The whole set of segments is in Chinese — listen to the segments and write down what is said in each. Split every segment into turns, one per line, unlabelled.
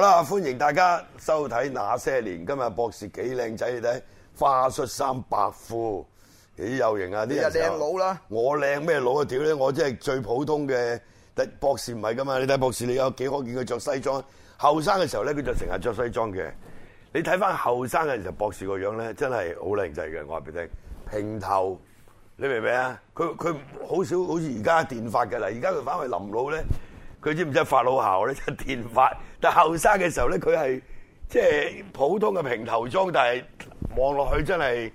啦，歡迎大家收睇《那些年》。今日博士幾靚仔，你睇花恤衫白褲，幾有型啊！啲
你
人
就靚佬
就
啦
話我靚咩佬啊？屌咧！我真係最普通嘅。但博士唔係噶嘛？你睇博士，你有幾可見佢着西裝？後生嘅時候咧，佢就成日着西裝嘅。你睇翻後生嘅時候，博士個樣咧，真係好靚仔嘅。我話俾你聽，平頭。你明唔明啊？佢佢好少好似而家電髮嘅啦，而家佢反為林老咧，佢知唔知係發老姣咧？就電髮，但後生嘅時候咧，佢係即係普通嘅平頭裝，但係望落去真係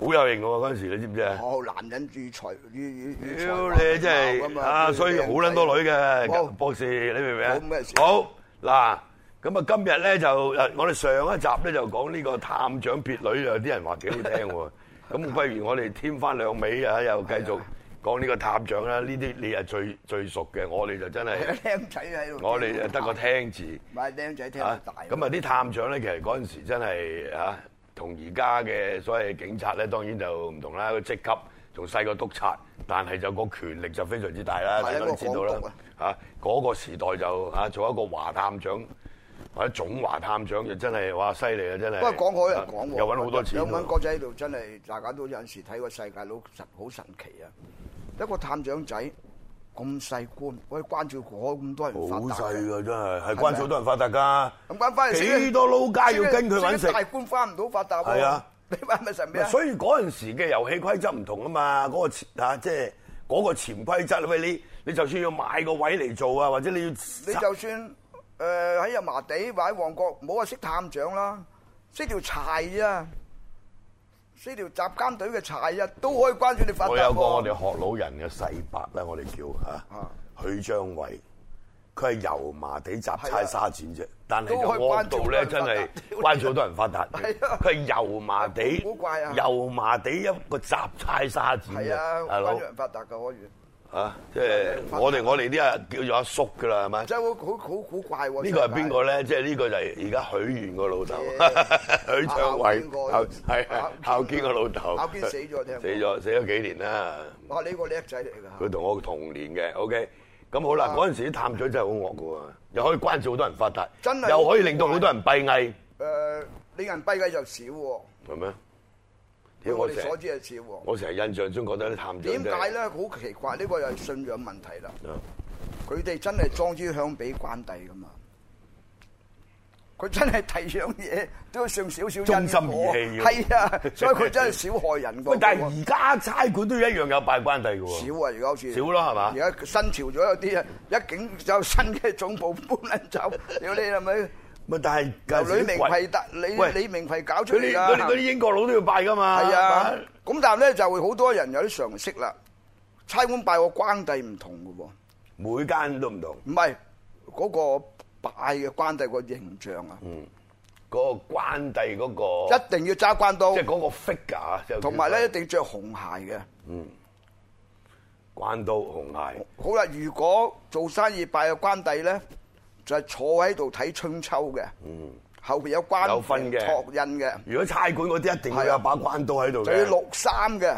好有型嘅喎！嗰陣時你知唔知啊？
哦，男人住才與與與才
屌
華
啊你真
咁
係啊！所以好撚多女嘅
好
博士，你明唔明啊
好咩事？
好嗱，咁啊今日咧就誒，我哋上一集咧就講呢個探長撇女有啲人話幾好聽 喎。咁不如我哋添翻兩尾啊，又繼續講呢個探長啦。呢啲你係最最熟嘅，我哋就真 係
靚仔喺度，
我哋就得個聽字。
唔係靚仔聽
啊
得大，
咁啊啲探長咧，其實嗰陣時真係啊，同而家嘅所謂警察咧，當然就唔同啦，個職級仲細過督察，但係就個權力就非常之大啦，
係
大家都知道啦
一個港督啊。
嚇嗰個時代就嚇做一個華探長或者總華探長就真係哇犀利啊！真係。
不過講開又講喎，
又揾好多錢
有揾
喎。
國仔喺度真係大家都有陣時睇個世界佬實好神奇啊！一個探長仔咁細官，喂關照嗰咁多人發達
好細
嘅，
㗎真係，
啊
係關好多人發達㗎。
咁關翻嚟死啦
幾多撈家要跟佢揾
死啦
食
大？官翻唔到發達喎，
係啊，
你話咪神咩啊？
所以嗰陣時嘅遊戲規則唔同啊嘛，嗰、個潛啊即係嗰個潛規則，喂你你就算要買個位嚟做啊，或者你要
你就算誒喺油麻地或喺旺角，唔好話識探長啦，識條柴啊，識條雜監隊嘅柴啊，都可以關注你發達
我
喎。
有個我哋學老人嘅世伯啦，我哋叫嚇、
啊
許章偉，佢係油麻地雜差沙展啫，但係就
啊都可以
嗰度咧
關
真
注好
係
多人
關咗好多人發達嘅
係啊，
佢係油麻地
好怪啊
油麻地一個雜差沙展
係啊，
嘅大
關
佬
注人發達嘅可以，
啊，即係我哋我哋啲啊叫做阿叔噶啦，係咪？
真係好好好古怪喎。
呢個係邊個咧？即係呢個就係而家許願個老豆，
Yeah
許昌偉，
孝
孝
堅個
係啊孝堅個老豆，
孝堅死咗啊聽講
死咗死咗幾年啦。
哇！呢個叻仔嚟㗎，
佢同我同年嘅，OK。咁好
啊
啦，嗰陣時啲探長真係好惡嘅喎，又可以關照好多人發達，
真係
又可以令到好多人閉翳，
誒你人跛嘅就少喎，
係咩？
據
屌我
我哋
成
所知係少喎。
我成日印象中覺得啲探長
點
真係
解？咧？好奇怪，呢個又係信仰問題啦。
啊
佢哋真係裝支香俾關帝噶嘛？佢真係提樣嘢都要上少少因果
忠心義氣要
係啊，所以佢真係少害人
喂
㗎。，
但係而家差館都一樣有拜關帝嘅喎。
少啊，而家好似
少啦係嘛
而家新潮咗有啲啊，一警有新嘅總部搬撚走，屌你係咪？
咪但係
由
有時啲
李明
鬼
係特李
喂
李明係搞出
嗰
嚟
啲
㗎
嗰啲嗰啲英國佬都要拜㗎嘛。
係啊
係咪，
咁但係咧就會好多人有啲常識啦。差館拜個關帝唔同嘅喎。
每間都唔同，
唔係嗰個拜嘅關帝個形象啊，
嗰、個關帝嗰、個
一定要揸關刀
即，係嗰個 figure 啊就叫
同埋咧一定要着紅鞋嘅。
關刀紅鞋，
好啦，如果做生意拜嘅關帝咧，就係坐喺度睇春秋嘅，後邊有關
嗯有分嘅嗯
托印嘅，
如果差館嗰啲一定要
係
有
啊
把關刀喺度
就
嘅。
要綠衫嘅。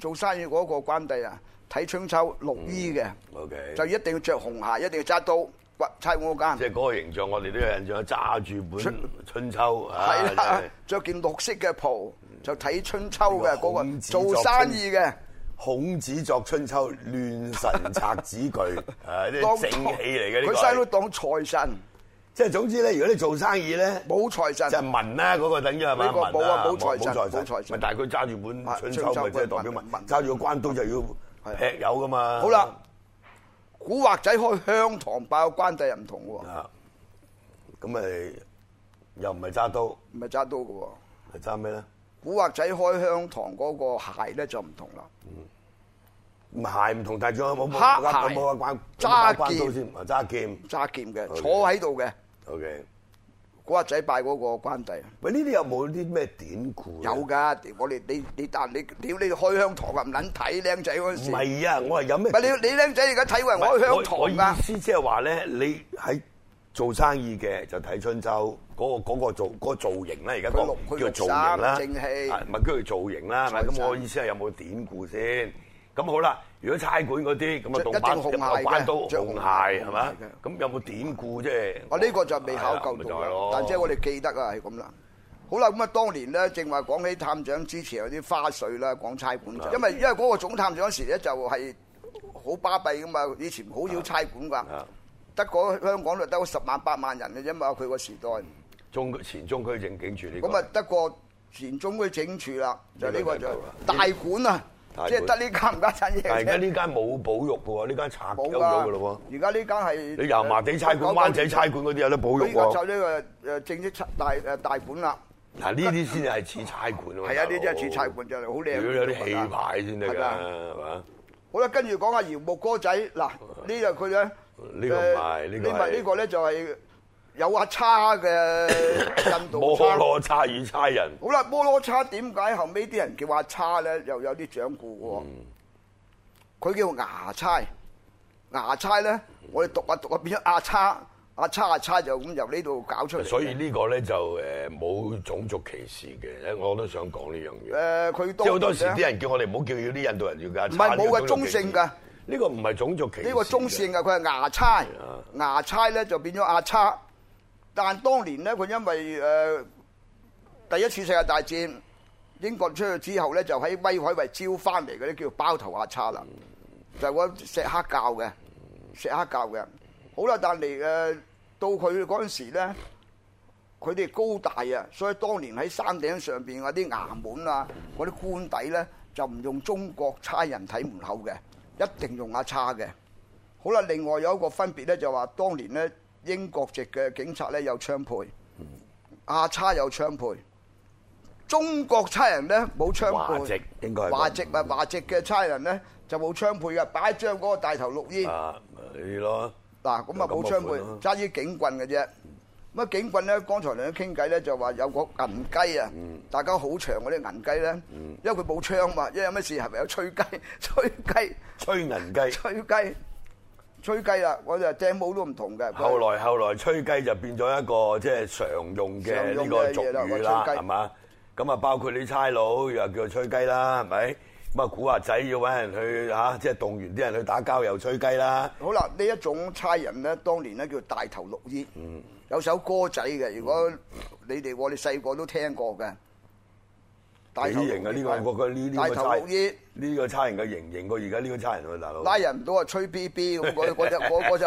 做生意嗰個關帝啊，睇春秋綠衣嘅，
嗯 OK，
就一定要着紅鞋，一定要揸刀，掘差館嗰
即
間。
係嗰個形象，我哋都有印象，揸住本春秋啊，
係啦
真係，
着件綠色嘅袍，就睇春秋嘅
呢個
嗰
孔
個
子
做
作風
生意嘅。
孔子作春秋，亂臣拆子句，啊，呢
當
啲正氣嚟嘅呢個
佢細佬
係。
當財神，
即係總之咧，如果你做生意咧，
冇財神
就係文啦，嗰個等於係嘛？
呢個冇啊
文
冇財神
冇
冇財神
咪但係佢揸住本春秋，咪即係代表文
文文；
揸住個關刀就要
係
劈友噶嘛。
好啦，古惑仔開香堂爆關帝又唔同喎，
啊，咁咪又唔係揸刀，
唔係揸刀嘅喎。
係揸咩咧？
古惑仔開香堂嗰個鞋咧就唔同啦，
唔鞋唔同，但係仲有冇冇
黑
冇
鞋
冇關
揸
關刀
劍
先？啊，揸劍。
揸劍嘅，
Okay
坐喺度嘅
OK，
古惑仔拜嗰個關帝。
喂，呢啲有冇啲咩典故咧？
有㗎，我哋你你但你屌你開香堂啊，唔撚睇僆仔嗰陣
唔
時，唔
係啊，我係有咩？
係你你僆仔而家睇為
唔
開
係
香
我我
堂㗎
意。思即係話咧，你喺做生意嘅就睇春秋嗰、個嗰、個造嗰、個造型啦，而家
佢綠
嗰個
佢
叫造型啦，
綠衫正氣
啊唔係叫做造型啦，係咪
財神
咁我意思係有冇典故先？咁好啦，如果差館嗰啲咁啊，
就
盜版
一定紅
盜
鞋
版都
嘅着
紅
紅
鞋係嘛
紅鞋？
咁有冇典故啫？
我哦呢個就未考究到
係啊咪就係
啦
咯，
但即係我哋記得啊，係咁啦。好啦，咁啊，當年咧，正話講起探長之前有啲花絮啦，講差館就，因為因為嗰個總探長嗰時咧就係好巴閉噶嘛，以前好少差館
啊
噶，得嗰香港就得嗰十萬八萬人嘅啫嘛，佢個時代，
中前中區正警署呢個
咁啊得個前中區整處啦，就呢個就
呢個
大館啊
大，館
即係得呢間唔家產嘢
但係而家
啫，
呢間冇保育嘅喎，呢間拆
冇啊
咗
噶
咗嘅咯，
而家呢間係呃
喎。你油麻地差館、灣仔差館嗰啲有得保育
佢而家
喎。
就呢個誒正式差大誒大館啦。
嗱，呢啲先係似差館喎。
係啊，呢啲
大佬
係似差館真係好靚。
如果有啲氣派先得㗎，
係啊
係嘛？
好啦，跟住講下姚木哥仔嗱，呢個佢咧，
嗯呢個唔係呢個係
呢咪呢個咧就係有阿叉嘅 印度
摩
叉。
羅差與差人，
好啦，摩羅叉點解後尾啲人叫阿叉咧？又有啲掌故
嗯
嘅喎。佢叫牙差，牙差咧，
嗯
我哋讀下讀下變咗阿叉，阿叉阿叉就咁由呢度搞出嚟嘅。
所以呢個咧就誒冇種族歧視嘅，我都想講呢樣嘢。
誒，佢
即係好多時
時
啲人叫我哋唔好叫啲印度人要㗎，
唔係冇㗎
嘅
中性㗎。
呢個唔係種族歧視。
呢個中線。嘅，佢係牙差，牙差咧就變咗阿叉。但當年咧，佢因為誒、呃第一次世界大戰英國出去之後咧，就喺威海衞招翻嚟嗰啲叫包頭阿叉啦，就係嗰石黑教嘅，石黑教嘅。好啦，但嚟誒、呃到佢嗰陣時咧。佢哋高大啊，所以當年喺山頂上邊嗰啲衙門啊，嗰啲官邸咧就唔用中國差人睇門口嘅，一定用阿叉嘅。好啦，另外有一個分別咧，就話當年咧英國籍嘅警察咧有槍配，阿叉有槍配，中國差人咧冇槍
華
配。
籍應該係咁
華籍啊，華籍嘅差人咧就冇槍配嘅，擺一張嗰個大頭綠衣。
啊，係咯。
嗱，咁啊冇槍
有咁嘅款咯
背，揸支警棍嘅啫。咁啊警棍咧，剛才兩傾偈咧就話有個銀雞啊，大家好長嗰啲銀雞咧，因為佢冇槍嘛，因為有咩事係咪有吹 雞？吹雞，
吹銀雞，
吹雞，吹雞啦！我就掟帽都唔同嘅。
後來後來吹雞就變咗一個即係常用嘅呢個俗語啦，係嘛？咁啊，包括你差佬又叫吹雞啦，係咪？咁啊，古惑仔要揾人去嚇，即係動員啲人去打交又吹雞啦。
好啦，呢一種差人咧，當年咧叫大頭綠衣，有首歌仔嘅。如果你哋我哋細個都聽過嘅，大
幾
頭
型啊！
綠衣
呢個我覺得呢呢
大
個
頭
差
綠衣。
呢個差人嘅型型過而家呢個差人喎，大佬。
拉人唔到啊，吹 B B 咁嗰嗰隻嗰嗰首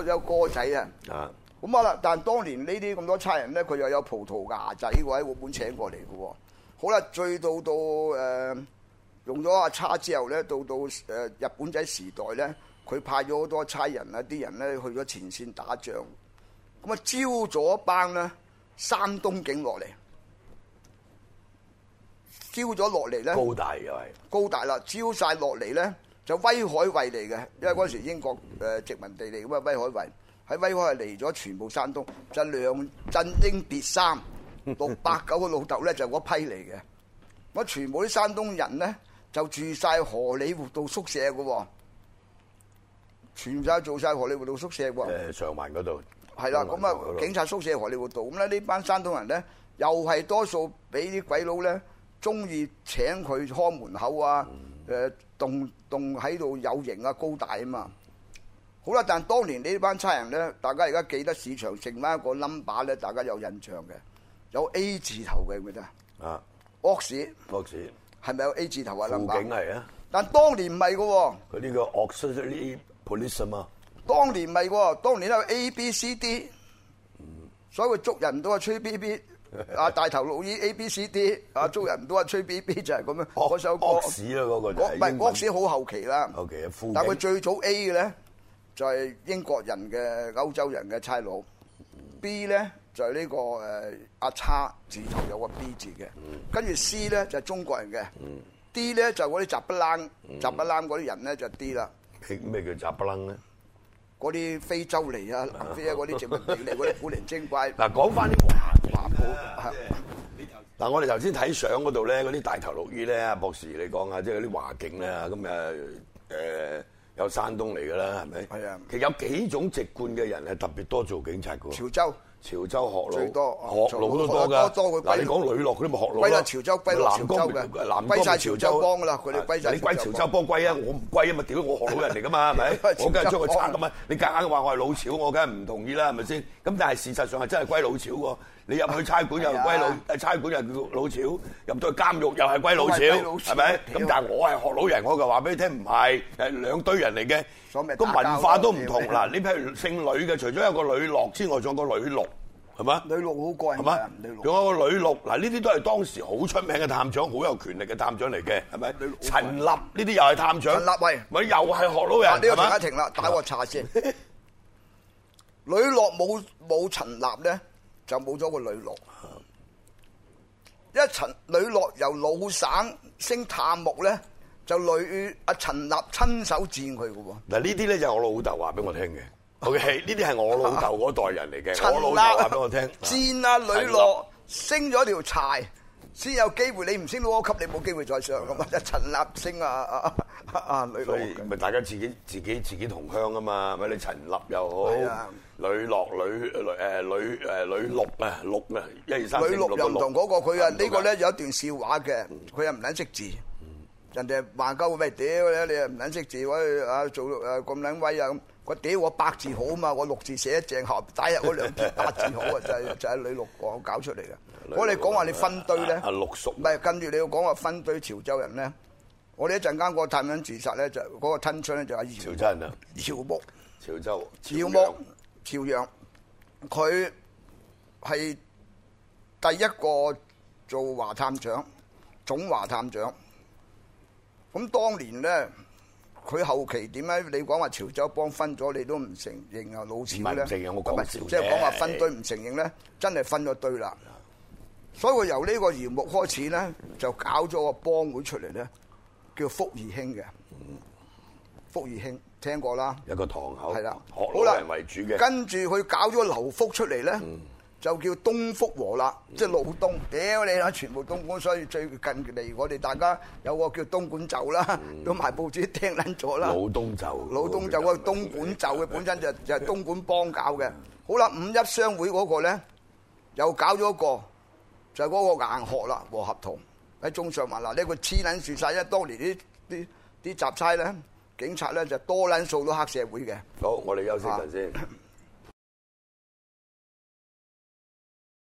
嗰首歌仔啊。
啊！
咁啊啦，但當年呢啲咁多差人咧，佢又有葡萄牙仔喎喺澳門請過嚟嘅喎。好啦，最到到誒、呃用咗阿叉之後咧，到到誒、呃日本仔時代咧，佢派咗好多差人啊，啲人咧去咗前線打仗。咁啊，招咗一班咧山東警落嚟，招咗落嚟咧。
高大又係
高大啦，招晒落嚟咧就威海衛嚟嘅，因為嗰時英國誒、呃殖民地嚟咁啊，威海衛喺威海衛嚟咗全部山東，就梁振英別三六八九個老豆咧就嗰批嚟嘅，我全部啲山東人咧就住晒荷里活道宿舍嘅喎，全晒做晒荷里活道宿舍喎。
誒上環嗰度。
係啦，
上環
咁
嗰度
啊，警察宿舍荷里活道咁咧，呢班山東人咧，又係多數俾啲鬼佬咧，中意請佢看門口啊，
嗯
誒動動喺度有型啊，高大啊嘛。好啦，但當年呢班差人咧，大家而家記得市場剩翻一個 number 咧，大家有印象嘅，有 A 字頭嘅記唔記得啊
啊，
？Ox
博士，
係咪有 A 字頭啊
副警
number？
係啊，
但當年唔係嘅喎。
佢呢個 auxiliary police 啊嘛。
當年咪喎，當年都有 A、B、C、D，所以佢捉人唔到啊，吹 B B，啊 大頭老衣 A、B、C、D，啊捉人唔到啊，吹 B B 就 係咁樣。嗰首歌，
惡屎啊啦嗰個就
嗰
哦係
唔
英
係
文
惡史好後期啦。
OK，副警
但佢最早 A 嘅咧，就係英國人嘅歐洲人嘅差佬。B 咧就係呢個誒阿叉字頭有個 B 字嘅，
嗯
跟住 C 咧就係中國人嘅，D 咧就嗰啲雜不冷
嗯
雜不冷嗰啲人咧就 D 啦。
咩咩叫雜不楞咧？
嗰啲非洲嚟啊、南非啊嗰啲殖民地嚟，嗰啲古靈精怪
嗱，講翻啲華僑
華普啊，
嗱，我哋頭先睇相嗰度咧，嗰啲大頭綠衣咧，啊博士你講下，即係嗰啲華景咧，咁啊誒誒有山東嚟㗎啦，係咪？
係啊
其實有幾種籍貫嘅人係特別多做警察㗎喎。
潮州
潮州殼佬，
最多啊
殼佬都多㗎。
多多佢歸
嗱，你講女落嗰啲咪殼佬咯
歸落潮州歸落
南江
潮州嘅
南江
歸晒潮州幫㗎啦佢哋
啊
歸晒
你歸
潮
潮
州？
州幫歸啊，我唔歸啊嘛，屌我殼佬人嚟㗎嘛，係咪
潮
我梗係
州
將佢
幫
拆咁啊！你夾硬話我係老潮，我梗係唔同意啦，係咪先？咁但係事實上係真係歸老潮喎。你入去差館又
係啊
歸老，差館又叫老潮，入到去監獄又係歸老
都係歸老
潮，
潮
係咪？
屌
咁但係我係學老人，我就話俾你聽，唔係係兩堆人嚟嘅
所以咪，
個
打交
文化
咯
都唔同
屌
嗱。你譬如姓女嘅，除咗有個女落之外，仲有個女六，係嘛？
女六好過癮
係嘛
㗎，？女六
仲有個女六，嗱呢啲都係當時好出名嘅探長，好有權力嘅探長嚟嘅，係咪
女六？
陳立呢啲又係探長，
陳立喂
咪又係學佬
嗱，呢
人，
個
係嘛
停一？停啦，打個岔先。女落冇冇陳立咧，就冇咗個女落。因為陳女落由老省升探木咧，就女阿陳立親手薦佢嘅喎。
嗱呢啲咧就係我老豆話俾我聽嘅，OK，呢啲係我老豆嗰代人嚟嘅，
陳
我
立
老豆話俾我聽。
戰啊女落升咗條柴，先有機會。你唔升到嗰級，你冇機會再上 咁嘛。就陳立升啊啊啊啊女落
所。以咪大家自己自己自己同鄉啊嘛，咪你陳立又好
係啊，
女樂女女誒女誒女六啊六啊，一二三四
女
五
六
六個
又唔
六
同嗰個，佢啊
唔同
呢個咧有一段笑話嘅，佢又唔撚識字，人哋話鳩喂屌你，你又唔撚識字，喂啊做誒咁撚威啊咁，我屌我百字好啊嘛，我六字寫得正後，打入嗰兩撇百字好啊，就係就係女六我搞出嚟嘅。我哋講話你分堆咧
啊啊，六叔
唔係跟住你要講話分堆潮州人咧，我哋一陣間個探長自殺咧就嗰個吞槍咧就係
潮
姚
州人啊，
姚木。
潮州
趙
陽
牧、趙陽，佢係第一個做華探長，總華探長。咁當年咧，佢後期點解你講話潮州幫分咗，你都唔承認啊？老
唔
潮
係
咧，
唔承認我講
唔係
笑啫
即係講話分堆唔承認咧，真係分咗堆啦。所以我由呢個姚木開始咧，就搞咗個幫會出嚟咧，叫福義興嘅。福義興聽過啦。
一個堂口，
係啦，
學老人為主嘅。
跟住佢搞咗劉福出嚟咧，就叫東福和啦，即係老東。屌你啦，全部東莞，所以最近嚟我哋大家有個叫東莞酒啦，都賣報紙聽撚咗啦
老。東就
老東就嗰個東莞酒嘅本身就就係東莞幫搞嘅。好啦，五一商會嗰個咧又搞咗一個，就係嗰個硬殼啦，和合同喺中上環嗱，呢個黐撚住晒，因為當年啲啲啲雜差咧，警察咧就多撚數到黑社會嘅。啊
好，我哋休息陣先。